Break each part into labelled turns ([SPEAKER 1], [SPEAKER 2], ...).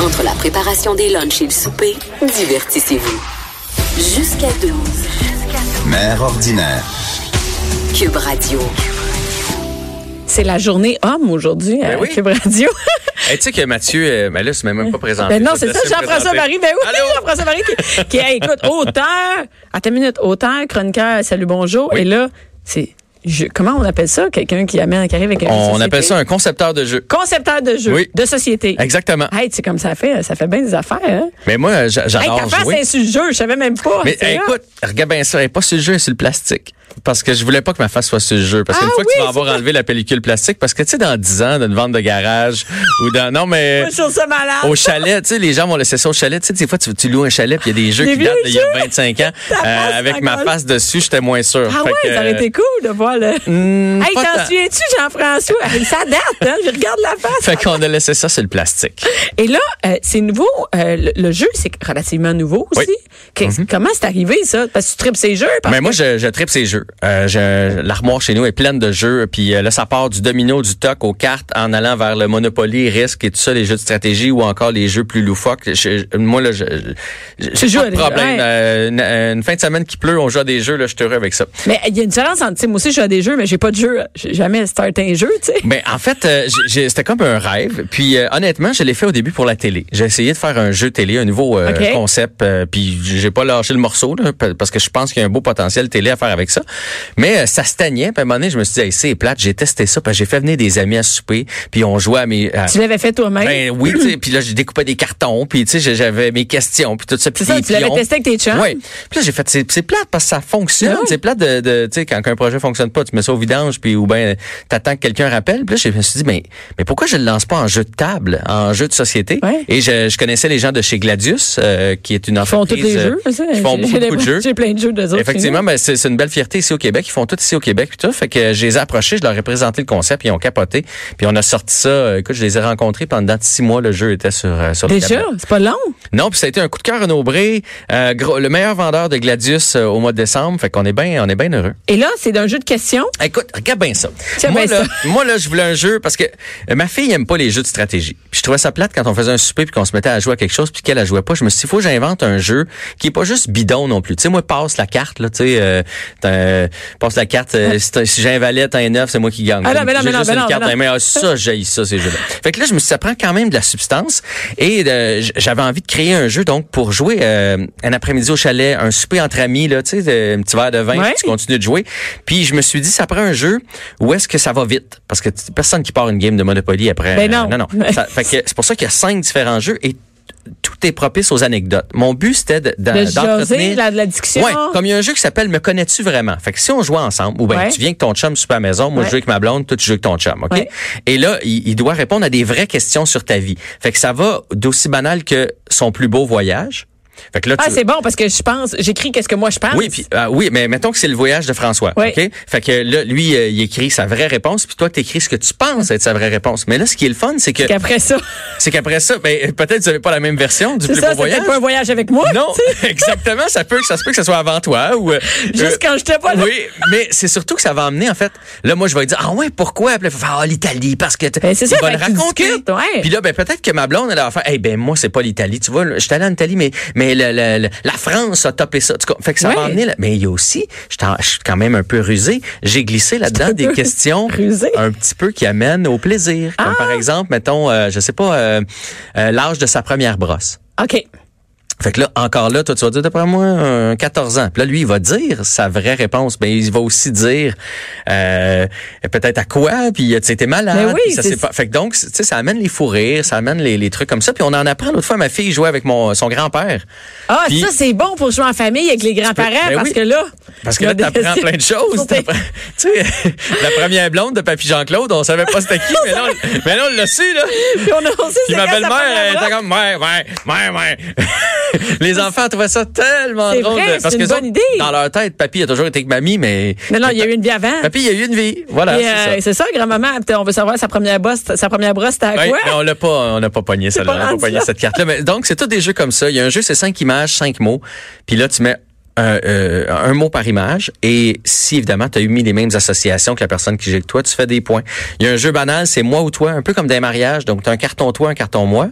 [SPEAKER 1] Entre la préparation des lunchs et le souper, divertissez-vous. Jusqu'à 12.
[SPEAKER 2] Mère ordinaire.
[SPEAKER 1] Cube Radio.
[SPEAKER 3] C'est la journée homme aujourd'hui à
[SPEAKER 4] Ben oui.
[SPEAKER 3] Cube Radio.
[SPEAKER 4] Hey, tu sais que Mathieu, euh, ben là, c'est même pas présenté.
[SPEAKER 3] Ben non,
[SPEAKER 4] Je
[SPEAKER 3] c'est
[SPEAKER 4] vais
[SPEAKER 3] ça,
[SPEAKER 4] te laisser me
[SPEAKER 3] Jean-François Marie.
[SPEAKER 4] présenter.
[SPEAKER 3] Ben oui,
[SPEAKER 4] Allô?
[SPEAKER 3] Jean-François Marie qui, qui hey, écoute, auteur, à ta minute, auteur, chroniqueur, salut, bonjour.
[SPEAKER 4] Oui.
[SPEAKER 3] Et là, c'est, je- comment on appelle ça? Quelqu'un qui amène, qui arrive avec un jeu de
[SPEAKER 4] On
[SPEAKER 3] société?
[SPEAKER 4] appelle ça un concepteur de jeu.
[SPEAKER 3] Concepteur de jeu,
[SPEAKER 4] Oui.
[SPEAKER 3] de société.
[SPEAKER 4] Exactement.
[SPEAKER 3] Hey, tu sais, comme ça fait, ça fait bien des affaires, hein?
[SPEAKER 4] Mais moi, euh, j'a-
[SPEAKER 3] Hey, ta
[SPEAKER 4] j'adore
[SPEAKER 3] face
[SPEAKER 4] jouer.
[SPEAKER 3] est sur le jeu, je savais même pas. hein?
[SPEAKER 4] Mais
[SPEAKER 3] C'est
[SPEAKER 4] hey,
[SPEAKER 3] là.
[SPEAKER 4] écoute, regarde bien ça, elle est pas sur le jeu, elle est sur le plastique. Parce que je voulais pas que ma face soit sur le jeu. Parce qu'une
[SPEAKER 3] Ah
[SPEAKER 4] fois que tu
[SPEAKER 3] oui,
[SPEAKER 4] vas avoir
[SPEAKER 3] c'est-
[SPEAKER 4] enlevé la pellicule plastique, parce que tu sais, dans 10 ans, dans une vente de garage ou dans. Non, mais.
[SPEAKER 3] Moi, je trouve ça malade.
[SPEAKER 4] Au chalet, tu sais, les gens vont laisser ça au chalet. Tu sais, des fois, tu, tu loues un chalet, puis il y a des jeux
[SPEAKER 3] Des
[SPEAKER 4] qui datent d'il y a
[SPEAKER 3] vieux jeux.
[SPEAKER 4] 25 ans.
[SPEAKER 3] Ta face
[SPEAKER 4] Euh, avec ma
[SPEAKER 3] encore.
[SPEAKER 4] face dessus, j'étais moins sûr.
[SPEAKER 3] Ah
[SPEAKER 4] Fait
[SPEAKER 3] ouais,
[SPEAKER 4] que,
[SPEAKER 3] ça aurait
[SPEAKER 4] euh,
[SPEAKER 3] été cool de voir le. hey,
[SPEAKER 4] pas
[SPEAKER 3] t'en
[SPEAKER 4] tant.
[SPEAKER 3] souviens-tu, Jean-François? Hey, ça date, hein? Je regarde la face.
[SPEAKER 4] Fait qu'on a laissé ça sur le plastique.
[SPEAKER 3] Et là, euh, c'est nouveau. euh, le, le jeu, c'est relativement nouveau aussi.
[SPEAKER 4] Oui. Mm-hmm.
[SPEAKER 3] Qu'est- Comment c'est arrivé, ça? Parce que tu tripes ces jeux? parce
[SPEAKER 4] Mais moi, je, je tripe ces jeux. Euh, je- L'armoire chez nous est pleine de jeux. Puis euh, là, ça part du domino, du toc aux cartes en allant vers le Monopoly, risque et tout ça, les jeux de stratégie ou encore les jeux plus loufoques. Je- je- moi, là, je, je, j'ai
[SPEAKER 3] joues
[SPEAKER 4] pas
[SPEAKER 3] à
[SPEAKER 4] de
[SPEAKER 3] des-
[SPEAKER 4] problème.
[SPEAKER 3] ouais.
[SPEAKER 4] Euh, une, une fin de semaine qui pleut, on joue à des jeux. Là, je suis heureux avec ça.
[SPEAKER 3] Mais il y a une différence entre, tu sais, moi aussi, je joue à des jeux, mais j'ai pas de jeu. J'ai jamais starté un jeu, tu sais.
[SPEAKER 4] Ben en fait, euh, j'ai- j'ai- c'était comme un rêve. Puis euh, honnêtement, je l'ai fait au début pour la télé. J'ai essayé de faire un jeu télé, un nouveau euh,
[SPEAKER 3] Ok.
[SPEAKER 4] concept. euh, puis j'ai pas lâché le morceau là, pa- parce que je pense qu'il y a un beau potentiel télé à faire avec ça. Mais euh, ça stagnait. Puis à un moment donné, je me suis dit, Hey, c'est plate. J'ai testé ça. Puis j'ai fait venir des amis à souper. Puis on jouait à mes. à-
[SPEAKER 3] Tu l'avais fait toi-même.
[SPEAKER 4] ben oui, tu sais, puis là j'ai découpé des cartons, puis tu sais j'avais mes questions, puis tout ça. puis
[SPEAKER 3] C'est ça,
[SPEAKER 4] des
[SPEAKER 3] tu l'avais
[SPEAKER 4] pions.
[SPEAKER 3] testé avec tes chums?
[SPEAKER 4] Ouais. Puis là j'ai fait c'est c'est plate parce que ça fonctionne,
[SPEAKER 3] Ben oui.
[SPEAKER 4] c'est plate de, de tu sais quand un projet fonctionne pas, tu mets ça au vidange puis ou ben t'attends que quelqu'un rappelle. Puis là je me suis dit mais mais pourquoi je le lance pas en jeu de table, en jeu de société
[SPEAKER 3] Ouais.
[SPEAKER 4] Et je, je connaissais les gens de chez Gladius euh, qui est une
[SPEAKER 3] Ils font tous
[SPEAKER 4] entreprise
[SPEAKER 3] les jeux.
[SPEAKER 4] euh,
[SPEAKER 3] ça.
[SPEAKER 4] qui font
[SPEAKER 3] J'ai- j'ai
[SPEAKER 4] beaucoup, beaucoup de
[SPEAKER 3] l'impression
[SPEAKER 4] jeux.
[SPEAKER 3] que J'ai plein de jeux d'eux autres.
[SPEAKER 4] Effectivement, ben, c'est c'est une belle fierté ici au Québec. Ils font tout ici au Québec puis tout. Fait que je les ai approchés, je leur ai présenté le concept, ils ont capoté. Puis on a sorti ça. euh, Écoute, je les ai rencontrés pendant six mois. Le jeu était sur euh, sur
[SPEAKER 3] chez
[SPEAKER 4] le
[SPEAKER 3] nous. Déjà,
[SPEAKER 4] tablette.
[SPEAKER 3] c'est pas long.
[SPEAKER 4] Non, puis ça a été un coup de cœur renobré. Euh, gros- le meilleur vendeur de Gladius euh, au mois de décembre. Fait qu'on est bien, on est bien heureux.
[SPEAKER 3] Et là, c'est d'un jeu de questions.
[SPEAKER 4] Écoute, regarde bien ça.
[SPEAKER 3] Tiens
[SPEAKER 4] moi,
[SPEAKER 3] bien
[SPEAKER 4] là,
[SPEAKER 3] ça.
[SPEAKER 4] moi, là, je voulais un jeu parce que euh, ma fille aime pas les jeux de stratégie. Puis je trouvais ça plate quand on faisait un souper puis qu'on se mettait à jouer à quelque chose puis qu'elle la jouait pas. Je me suis dit, faut que j'invente un jeu qui est pas juste bidon non plus. Tu sais, moi, passe la carte, là, tu sais, euh, t'as, euh, passe la carte, euh, si, t'as- si j'ai un valet, t'as un neuf, c'est moi qui gagne.
[SPEAKER 3] Ah non, mais non,
[SPEAKER 4] J'ai
[SPEAKER 3] mais non,
[SPEAKER 4] juste
[SPEAKER 3] mais
[SPEAKER 4] une
[SPEAKER 3] non,
[SPEAKER 4] carte
[SPEAKER 3] mais non.
[SPEAKER 4] à la main. Ah, ça, j'ai ça, ces jeux-là. Fait que là, je me suis dit, ça prend quand même de la substance et euh, j- j'avais envie de créer un jeu, donc, pour jouer euh, un après-midi au chalet, un souper entre amis, là, tu sais, euh, un petit verre de vin,
[SPEAKER 3] Ouais.
[SPEAKER 4] puis tu continues de jouer. Puis je me suis dit, ça prend un jeu où est-ce que ça va vite? Parce que t- personne qui part une game de Monopoly après. euh,
[SPEAKER 3] Ben non.
[SPEAKER 4] non, Ça- fait que c'est pour ça qu'il y a cinq différents jeux et t- tout est propice aux anecdotes. Mon but, c'était de- d'en-
[SPEAKER 3] De jaser,
[SPEAKER 4] d'entretenir-
[SPEAKER 3] de la, de la discussion.
[SPEAKER 4] Ouais, comme il y a un jeu qui s'appelle Me connais-tu vraiment? Fait que si on joue ensemble, ou bien
[SPEAKER 3] Ouais.
[SPEAKER 4] tu viens avec ton chum super à la maison, moi
[SPEAKER 3] Ouais.
[SPEAKER 4] je joue avec ma blonde, toi tu joues avec ton chum, OK?
[SPEAKER 3] Ouais.
[SPEAKER 4] Et là, il, il doit répondre à des vraies questions sur ta vie. Fait que ça va d'aussi banal que son plus beau voyage. Fait que là,
[SPEAKER 3] Ah,
[SPEAKER 4] tu,
[SPEAKER 3] c'est bon parce que je pense, j'écris qu'est-ce que moi je pense.
[SPEAKER 4] oui, puis, ah, oui, mais mettons que c'est le voyage de François.
[SPEAKER 3] Oui.
[SPEAKER 4] OK? Fait que là, lui, euh, il écrit sa vraie réponse, puis toi, tu écris ce que tu penses être sa vraie réponse. Mais là, ce qui est le fun, c'est que
[SPEAKER 3] Qu'après ça,
[SPEAKER 4] c'est qu'après ça, ben, peut-être que vous n'avez pas la même version du
[SPEAKER 3] c'est
[SPEAKER 4] plus
[SPEAKER 3] ça,
[SPEAKER 4] beau voyage.
[SPEAKER 3] c'était pas un voyage avec moi.
[SPEAKER 4] Non,
[SPEAKER 3] tu sais.
[SPEAKER 4] exactement. Ça peut, que ça se peut que ce soit avant toi ou euh,
[SPEAKER 3] Juste
[SPEAKER 4] euh,
[SPEAKER 3] quand j'étais pas là.
[SPEAKER 4] Oui, mais c'est surtout que ça va amener en fait. Là, moi, je vais dire ah ouais, pourquoi Puis là, il va faire, ah l'Italie parce que t-
[SPEAKER 3] Ben, c'est
[SPEAKER 4] il
[SPEAKER 3] ça,
[SPEAKER 4] va
[SPEAKER 3] fait
[SPEAKER 4] le
[SPEAKER 3] que tu
[SPEAKER 4] raconter.
[SPEAKER 3] discutes, ouais.
[SPEAKER 4] Puis là, ben peut-être que ma blonde elle va faire eh ben moi c'est pas l'Italie, tu vois, je suis allé en Italie, mais mais le- le- le- la France a topé ça. Tu com- fait que ça
[SPEAKER 3] Ouais.
[SPEAKER 4] va amener. là- Mais il y a aussi, je t'en- je suis quand même un peu rusé. J'ai glissé là-dedans des
[SPEAKER 3] peu
[SPEAKER 4] questions
[SPEAKER 3] rusé. Ah!
[SPEAKER 4] un petit peu qui amènent au plaisir. Comme par exemple, mettons, euh, je sais pas, euh, euh, l'âge de sa première brosse.
[SPEAKER 3] OK.
[SPEAKER 4] Fait que là, encore là, toi, tu vas dire, d'après moi, euh, 14 ans. Puis là, lui, il va dire sa vraie réponse. Ben, il va aussi dire euh, peut-être à quoi, puis euh, tu sais, t'es malade.
[SPEAKER 3] Mais oui,
[SPEAKER 4] puis ça,
[SPEAKER 3] c'est-
[SPEAKER 4] c'est pas... Fait que donc, tu sais, ça amène les fous rires, ça amène les, les trucs comme ça. Puis on en apprend. L'autre fois, ma fille jouait avec mon son grand-père.
[SPEAKER 3] Ah,
[SPEAKER 4] Puis-
[SPEAKER 3] ça, c'est bon pour jouer en famille avec les grands-parents,
[SPEAKER 4] Ben
[SPEAKER 3] parce
[SPEAKER 4] oui.
[SPEAKER 3] que là.
[SPEAKER 4] Parce que là,
[SPEAKER 3] il y a des-
[SPEAKER 4] t'apprends plein de choses. T'apprends- Tu sais, la première blonde de Papy Jean-Claude, on savait pas c'était qui, mais là, on, mais là, on l'a su, là.
[SPEAKER 3] Puis on a aussi
[SPEAKER 4] Puis ma belle-mère, elle était comme, ouais, ouais, ouais, ouais. Les enfants trouvaient ça tellement
[SPEAKER 3] C'est
[SPEAKER 4] drôle.
[SPEAKER 3] vrai,
[SPEAKER 4] de- parce
[SPEAKER 3] c'est
[SPEAKER 4] que
[SPEAKER 3] une
[SPEAKER 4] eux
[SPEAKER 3] bonne
[SPEAKER 4] autres,
[SPEAKER 3] idée.
[SPEAKER 4] Dans leur tête, papy a toujours été avec mamie, mais.
[SPEAKER 3] Non, non,
[SPEAKER 4] mais
[SPEAKER 3] il y a eu une vie avant.
[SPEAKER 4] Papy, il y a eu une vie. Voilà.
[SPEAKER 3] Puis,
[SPEAKER 4] Ben, ah, c'est
[SPEAKER 3] euh,
[SPEAKER 4] ça.
[SPEAKER 3] c'est ça, grand-maman. peut-être On veut savoir sa première brosse, sa première brosse, c'était à
[SPEAKER 4] Ouais,
[SPEAKER 3] quoi?
[SPEAKER 4] mais ben, on l'a pas, on n'a pas pogné celle-là,
[SPEAKER 3] pas
[SPEAKER 4] on n'a pas
[SPEAKER 3] rendu
[SPEAKER 4] pogné
[SPEAKER 3] là.
[SPEAKER 4] cette carte-là. Mais donc c'est tous des jeux comme ça. Il y a un jeu, c'est cinq images, cinq mots. Puis là, tu mets euh, euh, un mot par image. Et si évidemment tu as eu mis les mêmes associations que la personne qui joue avec toi, tu fais des points. Il y a un jeu banal, c'est moi ou toi, un peu comme des mariages. Donc tu as un carton toi, un carton moi.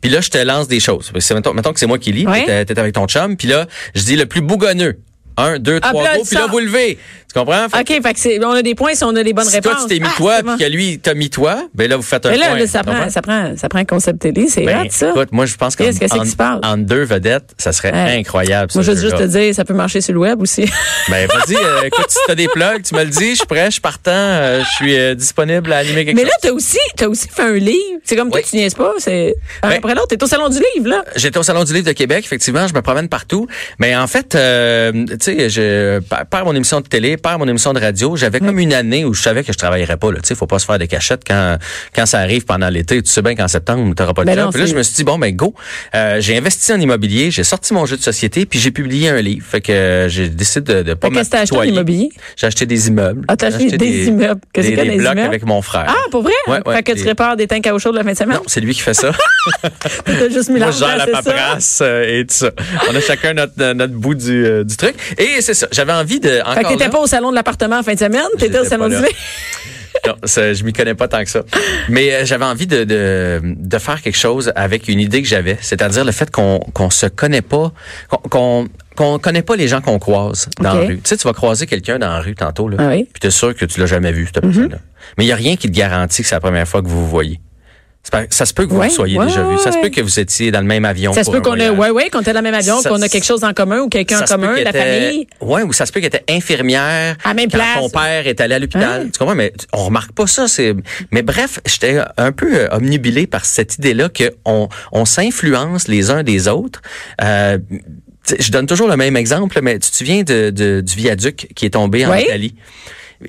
[SPEAKER 4] Puis là, je te lance des choses. C'est- Mettons, mettons que c'est moi qui lis,
[SPEAKER 3] Ouais.
[SPEAKER 4] puis t'es t'es avec ton chum. Puis là, je dis le plus bougonneux. Un, deux,
[SPEAKER 3] Ah,
[SPEAKER 4] trois,
[SPEAKER 3] puis là,
[SPEAKER 4] go,
[SPEAKER 3] tu
[SPEAKER 4] puis là,
[SPEAKER 3] sors.
[SPEAKER 4] vous levez. Tu comprends? Fait que
[SPEAKER 3] OK, fait que c'est- on a des points si on a les bonnes
[SPEAKER 4] si
[SPEAKER 3] réponses.
[SPEAKER 4] toi, tu t'es mis
[SPEAKER 3] Ah,
[SPEAKER 4] toi,
[SPEAKER 3] c'est bon.
[SPEAKER 4] puis que lui, t'a mis toi, ben là, vous faites un
[SPEAKER 3] Mais là,
[SPEAKER 4] point.
[SPEAKER 3] là, ça,
[SPEAKER 4] Tu comprends?
[SPEAKER 3] prend, ça, prend, ça prend concept télé, c'est
[SPEAKER 4] Ben,
[SPEAKER 3] hot, ça.
[SPEAKER 4] Écoute, moi, je pense qu'en
[SPEAKER 3] Qu'est-ce que c'est
[SPEAKER 4] en-
[SPEAKER 3] qui se passe?
[SPEAKER 4] en deux vedettes, ça serait
[SPEAKER 3] Ouais.
[SPEAKER 4] incroyable.
[SPEAKER 3] Moi,
[SPEAKER 4] ce
[SPEAKER 3] je veux juste te
[SPEAKER 4] jeu-là.
[SPEAKER 3] dire, ça peut marcher sur le web aussi.
[SPEAKER 4] Ben, vas-y, euh, écoute, si t'as des plugs, tu me le dis, je suis prêt, je suis partant, euh, je suis euh, disponible à animer quelque
[SPEAKER 3] Mais là,
[SPEAKER 4] chose.
[SPEAKER 3] t'as aussi, t'as aussi fait un livre. C'est comme toi,
[SPEAKER 4] Oui.
[SPEAKER 3] tu niaises pas. C'est un
[SPEAKER 4] Ben-
[SPEAKER 3] après l'autre. T'es au salon du livre, là.
[SPEAKER 4] J'étais au Salon du Livre de Québec, effectivement, je me promène partout. Mais en fait, euh, tu sais, je par- par mon émission de télé, par mon émission de radio, j'avais comme une année où je savais que je travaillerais pas. là. Tu sais, faut pas se faire des cachettes quand quand ça arrive pendant l'été. Tu sais bien qu'en septembre, t'auras pas de
[SPEAKER 3] Ben
[SPEAKER 4] job.
[SPEAKER 3] non,
[SPEAKER 4] Puis là,
[SPEAKER 3] c'est-
[SPEAKER 4] je me suis dit bon, ben go. Euh, j'ai investi en immobilier, j'ai sorti mon jeu de société, puis j'ai publié un livre. Fait que euh, j'ai décidé de, de pas
[SPEAKER 3] Fait que qu'est-ce que t'as acheté en
[SPEAKER 4] m'apitoyer.
[SPEAKER 3] immobilier?
[SPEAKER 4] J'ai acheté des immeubles.
[SPEAKER 3] Ah, t'as acheté des immeubles. Qu'est-ce
[SPEAKER 4] des,
[SPEAKER 3] que
[SPEAKER 4] des
[SPEAKER 3] des
[SPEAKER 4] blocs
[SPEAKER 3] immeubles?
[SPEAKER 4] avec mon frère.
[SPEAKER 3] Ah, pour vrai?
[SPEAKER 4] Ouais, ouais,
[SPEAKER 3] fait que
[SPEAKER 4] des-
[SPEAKER 3] tu répares des tanks à eau chaude la fin de semaine?
[SPEAKER 4] Non, c'est lui qui fait ça.
[SPEAKER 3] T'as juste mis
[SPEAKER 4] Moi, je
[SPEAKER 3] l'argent,
[SPEAKER 4] gère la
[SPEAKER 3] c'est ça?
[SPEAKER 4] paperasse euh, et tout ça. On a chacun notre, euh, notre bout du, euh, du truc. Et c'est ça. J'avais envie de. Encore
[SPEAKER 3] Fait que t'étais
[SPEAKER 4] là-
[SPEAKER 3] pas au salon de l'appartement en fin de semaine, t'étais au
[SPEAKER 4] J'étais
[SPEAKER 3] salon
[SPEAKER 4] pas
[SPEAKER 3] du
[SPEAKER 4] là.
[SPEAKER 3] livre.
[SPEAKER 4] Non, ça, je m'y connais pas tant que ça. Mais euh, j'avais envie de, de, de faire quelque chose avec une idée que j'avais, c'est-à-dire le fait qu'on qu'on se connaît pas, qu'on qu'on qu'on connaît pas les gens qu'on croise dans
[SPEAKER 3] Ok.
[SPEAKER 4] la rue. Tu sais, tu vas croiser quelqu'un dans la rue tantôt là,
[SPEAKER 3] Ah oui? Mhm.
[SPEAKER 4] puis t'es sûr que tu l'as jamais vu cette personne-là. Mais il y a rien qui te garantit que c'est la première fois que vous vous voyez. C'est pas- Ça se peut que vous
[SPEAKER 3] Ouais,
[SPEAKER 4] vous soyez
[SPEAKER 3] ouais,
[SPEAKER 4] déjà vu. Ça se
[SPEAKER 3] ouais.
[SPEAKER 4] peut que vous étiez dans le même avion.
[SPEAKER 3] Ça se
[SPEAKER 4] pour
[SPEAKER 3] peut
[SPEAKER 4] un
[SPEAKER 3] qu'on a,
[SPEAKER 4] voyage.
[SPEAKER 3] ouais, ouais, qu'on ait la même avion,
[SPEAKER 4] Ça-
[SPEAKER 3] qu'on a quelque chose en commun ou quelqu'un en
[SPEAKER 4] se peut
[SPEAKER 3] commun,
[SPEAKER 4] qu'elle
[SPEAKER 3] la
[SPEAKER 4] était-
[SPEAKER 3] famille.
[SPEAKER 4] Ouais, ou ça se peut qu'elle était infirmière.
[SPEAKER 3] À même
[SPEAKER 4] quand
[SPEAKER 3] place. Hein?
[SPEAKER 4] Ton père est allé à l'hôpital. Tu comprends? Mais on remarque pas ça. C'est, mais bref, j'étais un peu euh, omnubilé par cette idée-là qu'on, on s'influence les uns des autres. Euh, tu sais, je donne toujours le même exemple, mais tu te souviens de, de- du viaduc qui est tombé en
[SPEAKER 3] Oui.
[SPEAKER 4] Italie?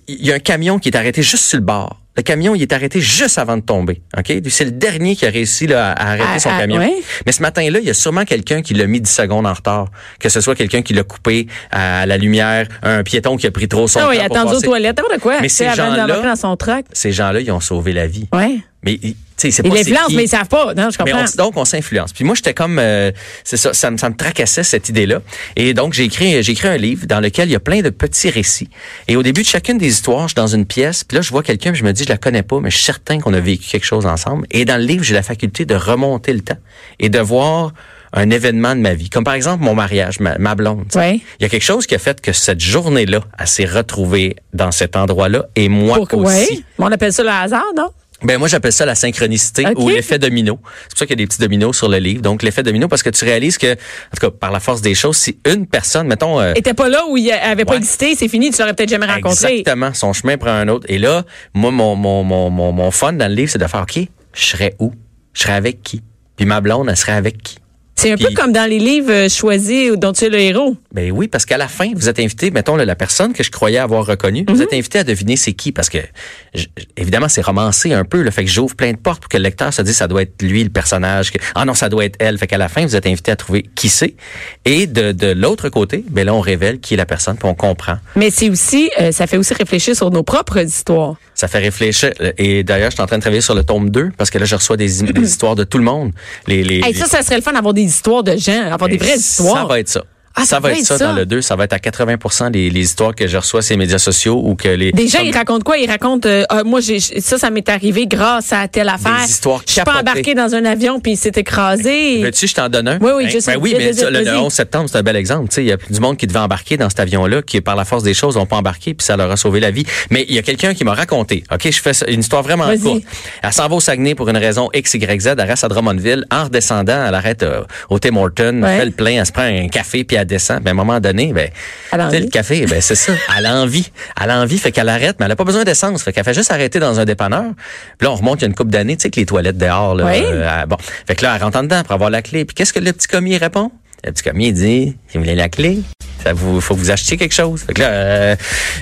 [SPEAKER 4] Il y a un camion qui est arrêté juste sur le bord. Le camion, il est arrêté juste avant de tomber. OK? C'est le dernier qui a réussi là, à arrêter
[SPEAKER 3] Ah,
[SPEAKER 4] son
[SPEAKER 3] ah,
[SPEAKER 4] camion.
[SPEAKER 3] ouais.
[SPEAKER 4] Mais ce matin-là, il y a sûrement quelqu'un qui l'a mis 10 secondes en retard. Que ce soit quelqu'un qui l'a coupé à la lumière, un piéton qui a pris trop son
[SPEAKER 3] Ah oui,
[SPEAKER 4] temps pour
[SPEAKER 3] attendu aux
[SPEAKER 4] passer.
[SPEAKER 3] toilettes, n'importe quoi.
[SPEAKER 4] Mais
[SPEAKER 3] Tu sais,
[SPEAKER 4] ces
[SPEAKER 3] avant de
[SPEAKER 4] gens-là-
[SPEAKER 3] l'embarquer dans son truck.
[SPEAKER 4] Ces gens-là, ils ont sauvé la vie.
[SPEAKER 3] Ouais.
[SPEAKER 4] Mais ils- tu sais, c'est
[SPEAKER 3] Ils
[SPEAKER 4] pas c'est
[SPEAKER 3] l'influencent,
[SPEAKER 4] qui.
[SPEAKER 3] mais ils savent pas. Non, je
[SPEAKER 4] Mais on,
[SPEAKER 3] comprends.
[SPEAKER 4] donc on s'influence. Puis moi j'étais comme euh, c'est ça, ça me, ça me tracassait cette idée-là. Et donc j'ai écrit j'ai écrit un livre dans lequel il y a plein de petits récits. Et au début de chacune des histoires, je suis dans une pièce, puis là je vois quelqu'un, puis je me dis je la connais pas, mais je suis certain qu'on a vécu quelque chose ensemble. Et dans le livre, j'ai la faculté de remonter le temps et de voir un événement de ma vie, comme par exemple mon mariage, ma, ma blonde. tu sais.
[SPEAKER 3] Ouais.
[SPEAKER 4] Il y a quelque chose qui a fait que cette journée-là, elle s'est retrouvée dans cet endroit-là et moi
[SPEAKER 3] Pour-
[SPEAKER 4] aussi.
[SPEAKER 3] ouais. Mais On appelle ça le hasard, non?
[SPEAKER 4] Ben moi j'appelle ça la synchronicité
[SPEAKER 3] Ok.
[SPEAKER 4] ou l'effet domino. C'est pour ça qu'il y a des petits dominos sur le livre. Donc l'effet domino parce que tu réalises que en tout cas par la force des choses, si une personne, mettons euh,
[SPEAKER 3] était pas là où il avait pas
[SPEAKER 4] Ouais.
[SPEAKER 3] existé, c'est fini, tu l'aurais peut-être jamais rencontré.
[SPEAKER 4] exactement son chemin prend un autre et là moi mon mon mon mon, mon fun dans le livre c'est de faire OK, je serais où Je serais avec qui Puis ma blonde elle serait avec qui
[SPEAKER 3] C'est un peu
[SPEAKER 4] Puis-
[SPEAKER 3] comme dans les livres euh, choisis dont tu es le héros.
[SPEAKER 4] Ben oui, parce qu'à la fin, vous êtes invité, mettons là, la personne que je croyais avoir reconnue,
[SPEAKER 3] Mhm.
[SPEAKER 4] vous êtes invité à deviner c'est qui, parce que je- je- évidemment c'est romancé un peu, le fait que j'ouvre plein de portes pour que le lecteur se dise ça doit être lui le personnage, que, ah non ça doit être elle, fait qu'à la fin vous êtes invité à trouver qui c'est, et de, de l'autre côté, ben là on révèle qui est la personne, puis on comprend.
[SPEAKER 3] Mais c'est aussi, euh, ça fait aussi réfléchir sur nos propres histoires.
[SPEAKER 4] Ça fait réfléchir. euh, Et d'ailleurs, je suis en train de travailler sur le tome 2, parce que là je reçois des,
[SPEAKER 3] Mhm.
[SPEAKER 4] des histoires de tout le monde. Les, les,
[SPEAKER 3] Hey, ça, ça serait le fun d'avoir des histoires de gens, avoir des
[SPEAKER 4] les-
[SPEAKER 3] vraies
[SPEAKER 4] Ben, Ça
[SPEAKER 3] histoires.
[SPEAKER 4] va être ça.
[SPEAKER 3] Ah,
[SPEAKER 4] ça, va
[SPEAKER 3] doit
[SPEAKER 4] être ça, dans le 2. Ça va être à 80 des les histoires que je reçois sur les médias sociaux ou que les.
[SPEAKER 3] Déjà,
[SPEAKER 4] comme-
[SPEAKER 3] ils racontent quoi? Ils racontent, euh, Ah, moi, j'ai, ça, ça m'est arrivé grâce à telle affaire.
[SPEAKER 4] histoires
[SPEAKER 3] Je suis pas
[SPEAKER 4] capotées.
[SPEAKER 3] embarqué dans un avion puis il s'est écrasé.
[SPEAKER 4] Veux-tu, je t'en donne un?
[SPEAKER 3] Oui, oui,
[SPEAKER 4] Ben,
[SPEAKER 3] juste
[SPEAKER 4] ben
[SPEAKER 3] un-
[SPEAKER 4] oui,
[SPEAKER 3] vas-y,
[SPEAKER 4] mais ça, le, le
[SPEAKER 3] vas-y.
[SPEAKER 4] 11 septembre, c'est un bel exemple. Tu sais, Il y a du monde qui devait embarquer dans cet avion-là, qui, par la force des choses, n'ont pas embarqué, puis ça leur a sauvé la vie. Mais il y a quelqu'un qui m'a raconté, OK, je fais ça- une histoire vraiment
[SPEAKER 3] Vas-y.
[SPEAKER 4] courte. Elle s'en va au Saguenay pour une raison X, Y, Z, elle reste à Drummondville. En redescendant, elle arrête euh, au Tim Horton,
[SPEAKER 3] Ouais.
[SPEAKER 4] elle fait le plein, elle se prend un café, puis elle descend. Ben, à un moment donné, ben,
[SPEAKER 3] Elle a
[SPEAKER 4] tu sais,
[SPEAKER 3] envie.
[SPEAKER 4] le café, ben, c'est ça. Elle a envie. Elle a envie, fait qu'elle arrête, mais elle n'a pas besoin d'essence. Fait qu'elle fait juste arrêter dans un dépanneur. Puis là, on remonte il y a une couple d'années, tu sais, que les toilettes dehors, là,
[SPEAKER 3] Oui.
[SPEAKER 4] euh, ah, bon. Fait que là, elle rentre en dedans pour avoir la clé. Puis qu'est-ce que le petit commis répond? Le petit commis, il dit, si vous voulez la clé, ça vous, faut que vous achetiez quelque chose. Fait que là, euh,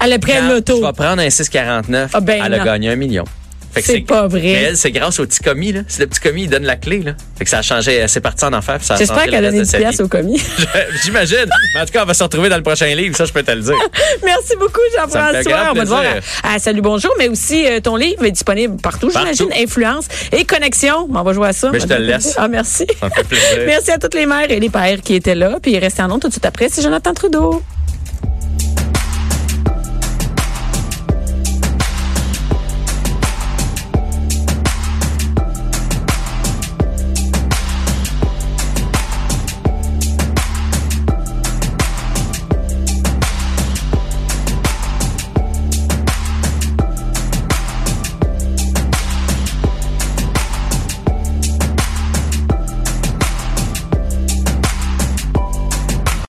[SPEAKER 3] Elle a pris
[SPEAKER 4] regarde,
[SPEAKER 3] un auto.
[SPEAKER 4] Tu vas prendre un 649.
[SPEAKER 3] Ah, ben
[SPEAKER 4] elle
[SPEAKER 3] non.
[SPEAKER 4] a gagné un million. Fait que
[SPEAKER 3] C'est pas vrai.
[SPEAKER 4] Mais elle, c'est grâce au petit commis, là. C'est le petit commis, il donne la clé, là. Fait que ça a changé, c'est parti en enfer. puis ça a
[SPEAKER 3] J'espère
[SPEAKER 4] changé
[SPEAKER 3] qu'elle a
[SPEAKER 4] le
[SPEAKER 3] donné
[SPEAKER 4] reste de
[SPEAKER 3] une
[SPEAKER 4] sa
[SPEAKER 3] pièce
[SPEAKER 4] vie.
[SPEAKER 3] au commis.
[SPEAKER 4] J'imagine. Mais en tout cas, on va se retrouver dans le prochain livre, ça, je peux te le dire.
[SPEAKER 3] Merci beaucoup,
[SPEAKER 4] Ça me fait
[SPEAKER 3] Jean-François.
[SPEAKER 4] grand
[SPEAKER 3] On va te voir
[SPEAKER 4] plaisir.
[SPEAKER 3] à, à Salut Bonjour, mais aussi euh, ton livre est disponible partout,
[SPEAKER 4] Partout.
[SPEAKER 3] j'imagine. Influence et connexion. Bon, On va jouer à ça.
[SPEAKER 4] Mais je te le laisse.
[SPEAKER 3] Ah, merci.
[SPEAKER 4] Ça me fait plaisir.
[SPEAKER 3] merci à toutes les mères et les pères qui étaient là. Puis restez en nom tout de suite après. C'est Jonathan Trudeau.